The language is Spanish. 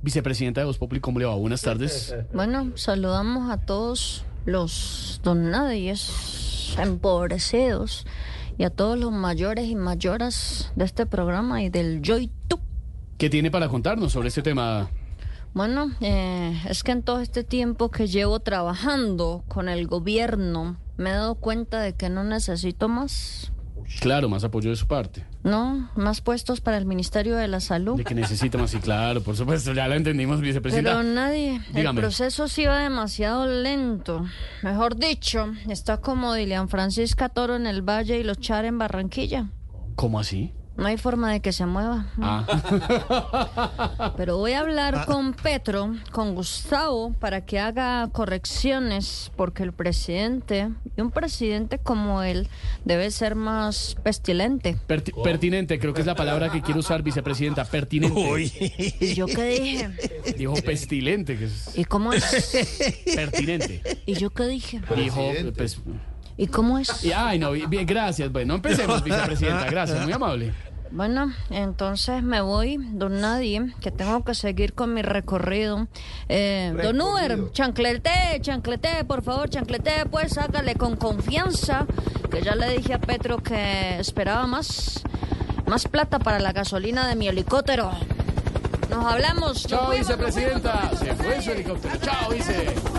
vicepresidenta de Voz Populi, ¿cómo le va? Buenas tardes. Bueno, saludamos a todos los donadies empobrecidos y a todos los mayores y mayoras de este programa y del Joy Tube. ¿Qué tiene para contarnos sobre este tema? Bueno, eh, es que en todo este tiempo que llevo trabajando con el gobierno, me he dado cuenta de que no necesito más, Claro, más apoyo de su parte. ¿no? Más puestos para el Ministerio de la Salud. De que necesita más, sí, claro, por supuesto, ya lo entendimos, vicepresidenta. Pero nadie. dígame. El proceso sí va demasiado lento. Mejor dicho, está como Dilian Francisca Toro en el Valle y los Char en Barranquilla. ¿Cómo así? Ah, No hay forma de que se mueva. Pero voy a hablar con Petro, con Gustavo, para que haga correcciones, porque el presidente, y un presidente como él, debe ser más pestilente. Perti- Pertinente, creo que es la palabra que quiero usar, vicepresidenta. Pertinente. ¿Y yo qué dije? Dijo pestilente, que es ¿Y cómo es? pertinente. ¿Y yo qué dije? Dijo. pues, ¿Y cómo es? y- ay, no, y- bien, gracias. Bueno, empecemos, vicepresidenta. Gracias, muy amable. Bueno, entonces me voy, don Nadie, que tengo que seguir con mi recorrido. Eh, don Uber, chanclete, chanclete, por favor, chanclete, pues sácale con confianza, que ya le dije a Petro que esperaba más, más plata para la gasolina de mi helicóptero. Nos hablamos. nos Chao, fuimos, nos fuimos, vicepresidenta. nos Se fuimos, fue su Nadie. helicóptero. Chao, vice.